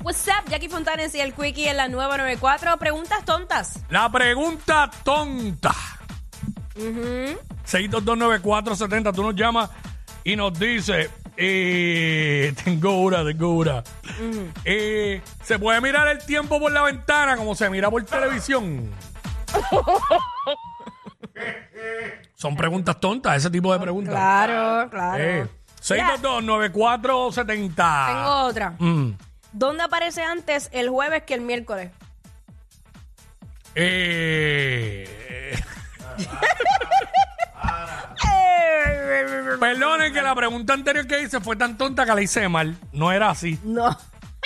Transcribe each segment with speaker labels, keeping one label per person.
Speaker 1: What's up, Jackie Fontanes y el Quickie en la nueva 94. Preguntas tontas.
Speaker 2: La pregunta tonta. 6229470, tú nos llamas y nos dices, eh, tengo una, tengo una. Eh, ¿Se puede mirar el tiempo por la ventana como se mira por televisión? Son preguntas tontas, ese tipo de preguntas.
Speaker 1: Claro, claro.
Speaker 2: Eh, 6229470.
Speaker 1: Tengo otra.
Speaker 2: Mm.
Speaker 1: ¿Dónde aparece antes el jueves que el miércoles?
Speaker 2: Eh, Perdonen que la pregunta anterior que hice fue tan tonta que la hice mal. No era así.
Speaker 1: No.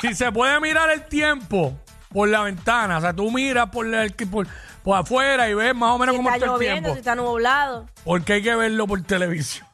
Speaker 2: Si se puede mirar el tiempo por la ventana, o sea, tú miras por, la- por, por afuera y ves más o menos
Speaker 1: Si
Speaker 2: cómo
Speaker 1: está
Speaker 2: está, el
Speaker 1: lloviendo,
Speaker 2: tiempo.
Speaker 1: si está nublado.
Speaker 2: Porque hay que verlo por televisión.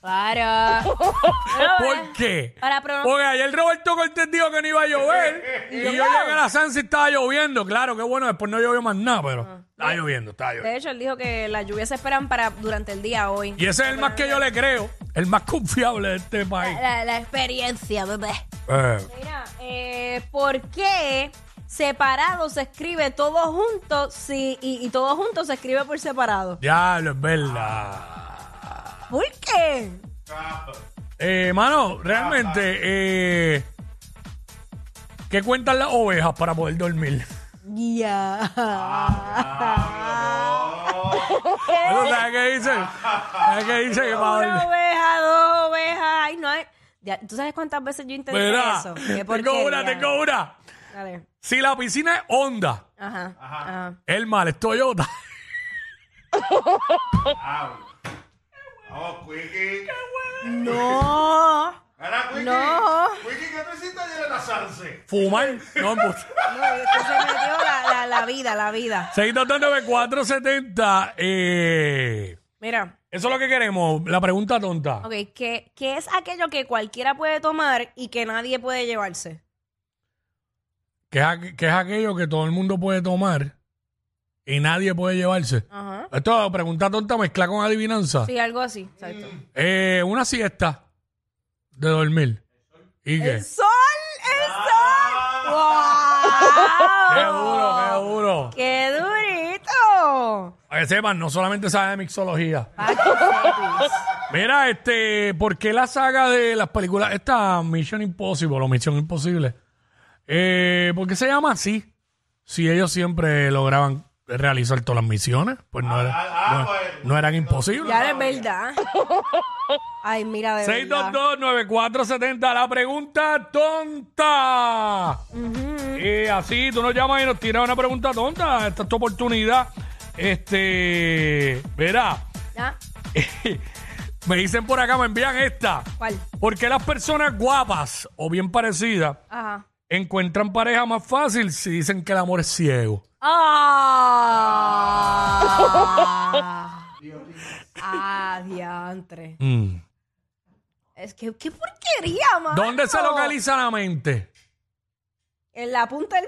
Speaker 1: Para. eh.
Speaker 2: ¿Por qué?
Speaker 1: Para prono-
Speaker 2: Porque ayer Roberto Cortés dijo que no iba a llover. y yo llegué a la Sanse y estaba lloviendo. Claro, que bueno, después no llovió más nada, pero
Speaker 1: Ah.
Speaker 2: estaba lloviendo, estaba lloviendo.
Speaker 1: De hecho, él dijo que las lluvias se esperan para durante el día hoy.
Speaker 2: Y ese es el más que yo le creo, el más confiable de este país.
Speaker 1: La, la experiencia, bebé.
Speaker 2: Eh,
Speaker 1: Mira, eh, ¿por qué separado se escribe todo junto si, y, y todo junto se escribe por separado?
Speaker 2: diablo, es verdad.
Speaker 1: ¿Por qué?
Speaker 2: Eh, mano, realmente, eh, ¿qué cuentan las ovejas para poder dormir?
Speaker 1: Ya.
Speaker 2: Bueno, ¿Sabes qué dicen? ¿Sabes qué dicen que para
Speaker 1: Una
Speaker 2: dormir?
Speaker 1: oveja, dos ovejas. Ay, no hay. Ya, ¿Tú sabes cuántas veces yo intenté
Speaker 2: Mira,
Speaker 1: eso?
Speaker 2: tengo una, tengo una.
Speaker 1: Dale.
Speaker 2: Si la piscina es honda,
Speaker 1: Ajá. Ajá.
Speaker 2: el mal es Toyota.
Speaker 3: Vamos, Oh, Quickie.
Speaker 1: No.
Speaker 3: Era Quickie.
Speaker 1: No.
Speaker 3: Quickie, ¿qué tú hiciste ayer en la Sanse?
Speaker 2: Fumar, no pues, embuste.
Speaker 1: No, es que se metió la, la, la vida, la vida.
Speaker 2: 6229470. Eh,
Speaker 1: Mira,
Speaker 2: eso es lo que queremos, la pregunta tonta.
Speaker 1: ok, ¿qué, ¿qué es aquello que cualquiera puede tomar y que nadie puede llevarse?
Speaker 2: que es, aqu- que es aquello que todo el mundo puede tomar y nadie puede llevarse.
Speaker 1: Ajá.
Speaker 2: Esto es pregunta tonta mezcla con adivinanza.
Speaker 1: Sí, algo así. Exacto.
Speaker 2: Eh, una siesta de dormir. ¿Y qué?
Speaker 1: ¡El sol! ¡El
Speaker 2: Ah.
Speaker 1: sol! ¡Wow!
Speaker 2: ¡Qué duro, qué duro!
Speaker 1: ¡Qué durito!
Speaker 2: Para que sepan, no solamente sabe de mixología.
Speaker 1: Pa' que sepas.
Speaker 2: Mira, este, ¿por qué la saga de las películas, esta Mission Impossible o Misión Imposible, eh, ¿por qué se llama así? Si ellos siempre lograban realizar todas las misiones, pues no, era-
Speaker 3: ah,
Speaker 2: no-
Speaker 3: pues.
Speaker 2: no eran imposibles.
Speaker 1: Ya es verdad. Ay, mira, de verdad.
Speaker 2: 622-9470, la pregunta tonta. Y así tú nos llamas y nos tiras una pregunta tonta. Esta es tu oportunidad. Este, verá,
Speaker 1: ¿Ya?
Speaker 2: me dicen por acá, me envían esta.
Speaker 1: ¿Cuál?
Speaker 2: ¿Por qué las personas guapas o bien parecidas
Speaker 1: Ajá.
Speaker 2: encuentran pareja más fácil si dicen que el amor es ciego?
Speaker 1: ¡Ah! ¡Ah, diantre!
Speaker 2: Mm.
Speaker 1: Es que, ¿qué porquería, mano?
Speaker 2: ¿Dónde se localiza Eh, la mente?
Speaker 1: En la punta del...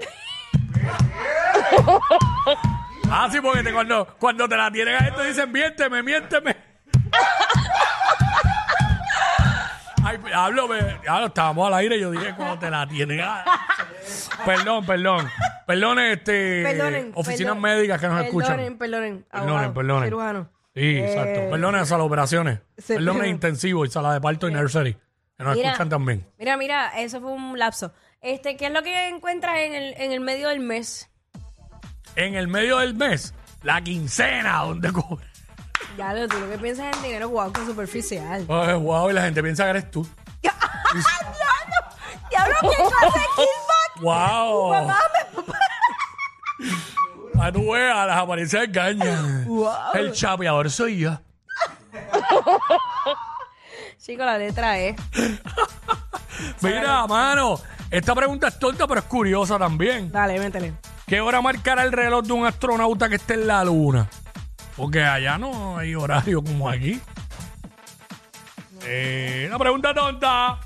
Speaker 2: Ah, sí, porque te- cuando, cuando te la tienen a esto dicen, miénteme, miénteme. Ay, pues, hablo, me- hablo, estábamos al aire, yo dije, cuando te la tienen a... Perdón, perdón. Perdón, este...
Speaker 1: Perdonen.
Speaker 2: oficinas
Speaker 1: perdonen.
Speaker 2: médicas que nos
Speaker 1: Perdonen, perdonen.
Speaker 2: escuchan. Perdonen,
Speaker 1: abogado,
Speaker 2: perdonen.
Speaker 1: Cirujano. Eh,
Speaker 2: Sí, exacto. Perdonen esas operaciones.
Speaker 1: Se-
Speaker 2: Perdonen intensivo y sala de parto y nursery, que nos
Speaker 1: Mira.
Speaker 2: escuchan también.
Speaker 1: Mira, mira, eso fue un lapso. Este, ¿qué es lo que encuentras en el, en el medio del mes?
Speaker 2: En el medio del mes, la quincena, donde cobra.
Speaker 1: Ya lo tú lo que piensas en dinero, guau, que superficial.
Speaker 2: Ay, wow, Pues, y la gente piensa que eres tú.
Speaker 1: ¡Diablo! ¡Diablo, qué clase de kickback!
Speaker 2: ¡Wow!
Speaker 1: Mamá,
Speaker 2: A tu wea, las apariencias engañan. El chapeador soy yo.
Speaker 1: me- Chico, la letra E.
Speaker 2: Mira, mano, esta pregunta es tonta, pero es curiosa también.
Speaker 1: Dale, métele.
Speaker 2: ¿Qué hora marcará el reloj de un astronauta que esté en la luna? Porque allá no hay horario como aquí. Eh, una pregunta tonta.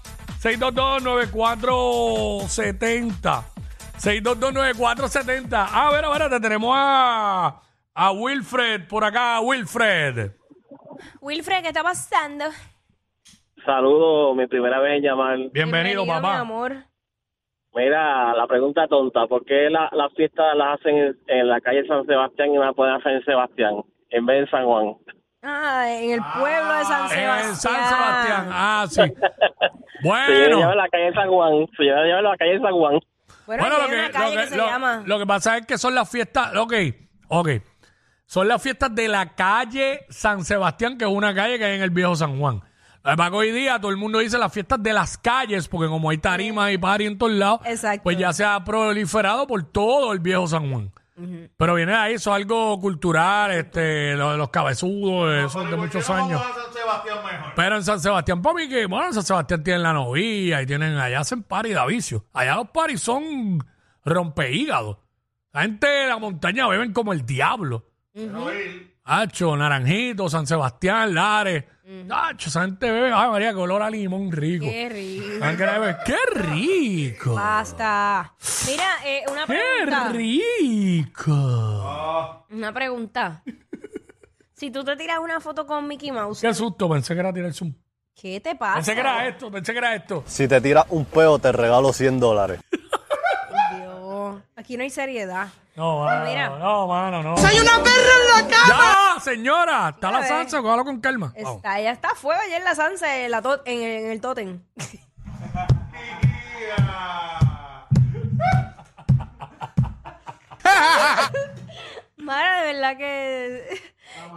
Speaker 2: 6229470. 6229470. Ah, ver, ver, te tenemos a, a Wilfred por acá, Wilfred.
Speaker 1: Wilfred, ¿qué está pasando?
Speaker 4: Saludos, mi primera vez en llamar.
Speaker 2: Bienvenido,
Speaker 1: Mi
Speaker 2: papá.
Speaker 1: amor.
Speaker 4: Mira, la pregunta tonta, ¿por qué la- las fiestas las hacen en, en la calle San Sebastián y no las pueden hacer en Sebastián en vez de en San Juan?
Speaker 1: Ah, en el pueblo de San Sebastián.
Speaker 2: Ah, En Eh, San Sebastián. Ah, sí.
Speaker 4: Se lleva
Speaker 2: Bueno.
Speaker 4: lleva la calle San Juan, se lleva lleva la calle San Juan.
Speaker 1: Bueno,
Speaker 2: Bueno,
Speaker 1: aquí hay una calle que, se
Speaker 2: lo-
Speaker 1: llama.
Speaker 2: lo que pasa es que son las fiestas. Ok, ok. Son las fiestas de la calle San Sebastián, que es una calle que hay en el viejo San Juan. Lo que pasa es que hoy día todo el mundo dice las fiestas de las calles, porque como hay tarimas y party en todos lados,
Speaker 1: Exacto.
Speaker 2: pues ya se ha proliferado por todo el viejo San Juan. Pero viene de ahí, eso es algo cultural, este, lo de los cabezudos, eso es de muchos años.
Speaker 3: Vamos a San Sebastián mejor.
Speaker 2: Pero en San Sebastián, para mí que, bueno, en San Sebastián tienen la novia y tienen, allá hacen party de avicio. Allá los paris son rompehígados. La gente de la montaña beben como el diablo.
Speaker 3: Pero él,
Speaker 2: Hacho, Naranjito, San Sebastián, Lares. Hacho, esa gente bebe, ay María, que olor a limón rico.
Speaker 1: Mm. Qué rico.
Speaker 2: Esa gente que bebe, Qué rico.
Speaker 1: Basta. Mira, eh, una pregunta.
Speaker 2: Qué rico.
Speaker 1: Una pregunta. Si tú te tiras una foto con Mickey Mouse,
Speaker 2: Qué susto, pensé que era tirarse un...
Speaker 1: ¿qué te pasa?
Speaker 2: Pensé que era esto, pensé que era esto.
Speaker 5: Si te tiras un peo, te regalo 100 dólares.
Speaker 1: Dios, Aquí no hay seriedad.
Speaker 2: No, mano,
Speaker 1: Pues Mira.
Speaker 2: no, mano, no.
Speaker 6: ¡Soy una perra en la cama!
Speaker 2: ¡Ya, señora! Está
Speaker 1: Ya
Speaker 2: la
Speaker 1: ves.
Speaker 2: salsa, cógalo con calma. Vamos.
Speaker 1: Está, ya está a fuego ayer en la Sansa, en, la to- en el, en el tótem. Mara, de verdad que.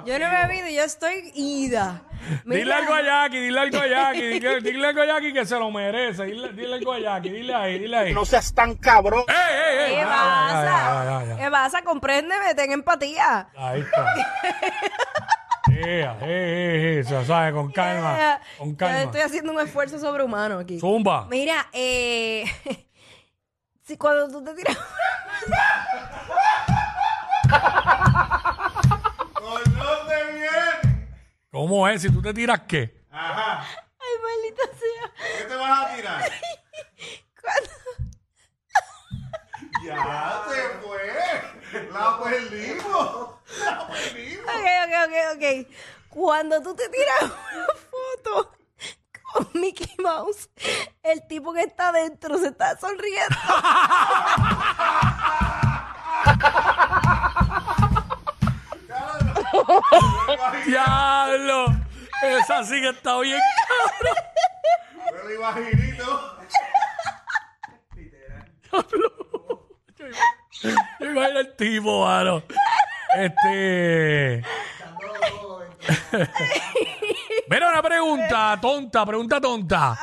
Speaker 1: Yo no me he bebido, yo estoy ida.
Speaker 2: Dile
Speaker 1: Mira,
Speaker 2: algo a Jackie, dile algo a Jackie, dile, dile algo a Jackie que se lo merece. Dile, dile algo a Jackie, dile ahí, dile ahí.
Speaker 3: No seas tan cabrón.
Speaker 2: ¡Ey, ey, ey!
Speaker 1: ¿Qué
Speaker 2: Ya,
Speaker 1: pasa?
Speaker 2: ya, ya, ya, ya.
Speaker 1: ¿Qué pasa? Compréndeme, ten empatía.
Speaker 2: Ahí está. Ea, ey, ey, ey, se sabe, con calma,
Speaker 1: Eh, Ya,
Speaker 2: con
Speaker 1: ya
Speaker 2: calma.
Speaker 1: estoy haciendo un esfuerzo sobrehumano aquí.
Speaker 2: Zumba.
Speaker 1: Mira, eh, si cuando tú te tiras.
Speaker 3: ¿Por dónde viene?
Speaker 2: ¿Cómo es? Si tú te tiras, ¿qué?
Speaker 3: Ajá.
Speaker 1: Ay, maldita sea.
Speaker 3: ¿Qué te vas a tirar?
Speaker 1: Cuando-
Speaker 3: ya se fue. La perdimos. La perdimos.
Speaker 1: Ok, ok, ok, ok. Cuando tú te tiras una foto con Mickey Mouse, el tipo que está adentro se está sonriendo.
Speaker 2: ¡Diablo! Esa sí que está bien.
Speaker 3: Pero imaginito.
Speaker 2: Yo imagino el tipo, mano. Este. Mira, una pregunta tonta, pregunta tonta.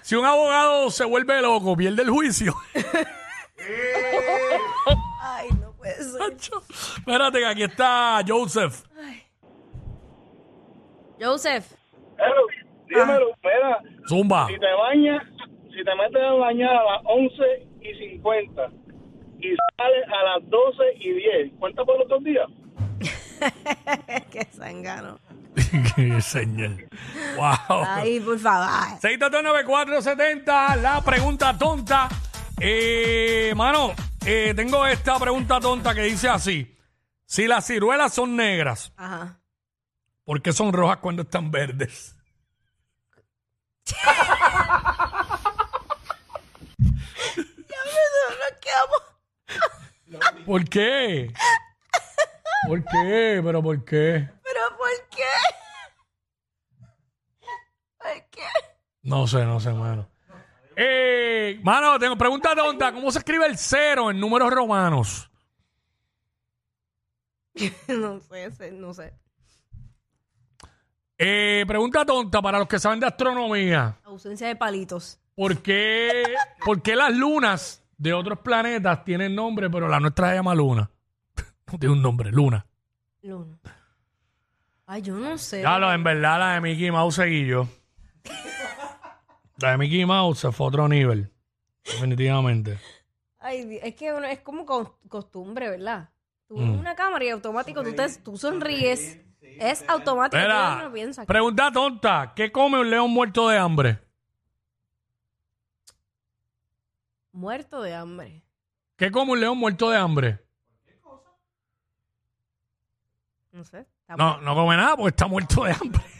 Speaker 2: Si un abogado se vuelve loco, pierde el juicio.
Speaker 3: Eh,
Speaker 1: Ay, no puede ser.
Speaker 2: Espérate, que aquí está Joseph.
Speaker 1: Joseph.
Speaker 7: dímelo, espera,
Speaker 2: Zumba.
Speaker 7: si te bañas, si te metes a bañar a las 11 y 50 y sales a las 12 y 10, ¿cuenta por los dos días?
Speaker 1: Qué sangano.
Speaker 2: Qué señor. Wow.
Speaker 1: Ay, por favor.
Speaker 2: 6229470, la pregunta tonta. Eh, mano, eh, tengo esta pregunta tonta que dice así. Si las ciruelas son negras,
Speaker 1: Ajá.
Speaker 2: ¿por qué son rojas cuando están verdes?
Speaker 1: Nos quedamos.
Speaker 2: ¿Por qué? ¿Por qué? ¿Pero por qué?
Speaker 1: ¿Pero por qué? ¿Por qué?
Speaker 2: No sé, no sé, mano. Eh, mano, tengo pregunta tonta. ¿Cómo se escribe el cero en números romanos?
Speaker 1: No sé, sé- no sé.
Speaker 2: Eh, pregunta tonta para los que saben de astronomía.
Speaker 1: Ausencia de palitos.
Speaker 2: ¿Por qué, por qué las lunas de otros planetas tienen nombre, pero la nuestra se llama luna? No tiene un nombre, luna.
Speaker 1: Luna. Ay, yo no sé.
Speaker 2: Ya lo, en verdad, la de Mickey Mouse seguí yo. La de Mickey Mouse se fue a otro nivel. Definitivamente.
Speaker 1: Ay, di- es que uno- es como con- costumbre, ¿verdad? Tú ves una cámara y automático tú, te, tú sonríes. es automático. tú
Speaker 2: Espera,
Speaker 1: no piensas.
Speaker 2: pregunta tonta. ¿Qué come un león muerto de hambre?
Speaker 1: Muerto de hambre.
Speaker 2: ¿Qué come un león muerto de hambre?
Speaker 1: No sé. está
Speaker 2: No, no come nada porque está muerto de hambre.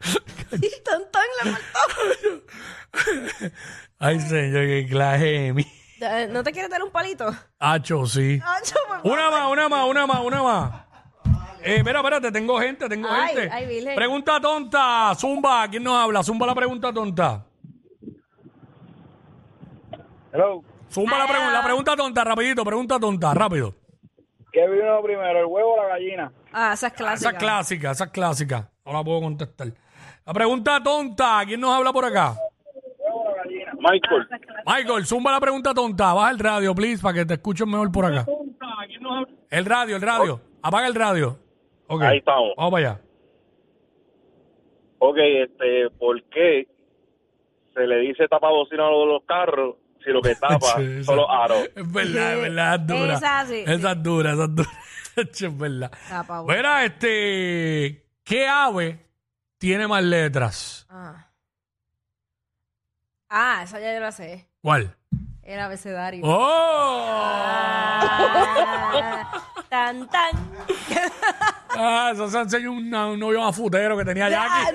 Speaker 1: Sí, tan tan la faltó.
Speaker 2: Ay, señor, que clase de mí.
Speaker 1: Eh, ¿No te quieres dar un palito? Ah,
Speaker 2: Hacho, sí.
Speaker 1: Nacho, por favor.
Speaker 2: Una más, una más, una más, una más. Eh, espera, espérate, tengo gente, tengo
Speaker 1: Ay,
Speaker 2: gente.
Speaker 1: ay, Virgen.
Speaker 2: pregunta tonta, Zumba, ¿quién nos habla? Zumba la pregunta tonta.
Speaker 7: Hello.
Speaker 2: Zumba la, pregunta, la pregunta tonta, rapidito, pregunta tonta, rápido.
Speaker 7: ¿Qué vino primero, el huevo o la gallina?
Speaker 1: Ah, esa es clásica.
Speaker 2: Esa es clásica, esa es clásica. No la puedo contestar. La pregunta tonta, ¿quién nos habla por acá? Ah.
Speaker 4: Michael.
Speaker 2: Michael, zumba la pregunta tonta. Baja el radio, please, para que te escuchen mejor por acá. El radio, el radio. Apaga el radio. Ok.
Speaker 4: Ahí estamos.
Speaker 2: Vamos para allá.
Speaker 4: Ok, este, ¿por qué se le dice tapa bocina a los, los carros si lo que tapa
Speaker 2: Sí,
Speaker 4: son los
Speaker 2: esa-
Speaker 4: aros?
Speaker 2: Es verdad, es verdad, es dura.
Speaker 1: Esa sí,
Speaker 2: Esa es dura, esa es dura. es verdad.
Speaker 1: Tapa boca.
Speaker 2: Mira, este. ¿Qué ave tiene más letras?
Speaker 1: Ah. Ah, esa ya yo la sé.
Speaker 2: ¿Cuál?
Speaker 1: El abecedario.
Speaker 2: ¡Oh!
Speaker 1: Ah, tan tan.
Speaker 2: Ah, eso se enseñó un, un novio mafutero que tenía Jackie.
Speaker 1: Ah,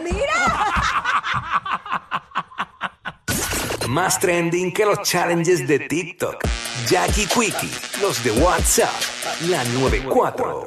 Speaker 1: mira.
Speaker 6: Más trending que los challenges de TikTok. Jackie Quickie, los de WhatsApp, la 94.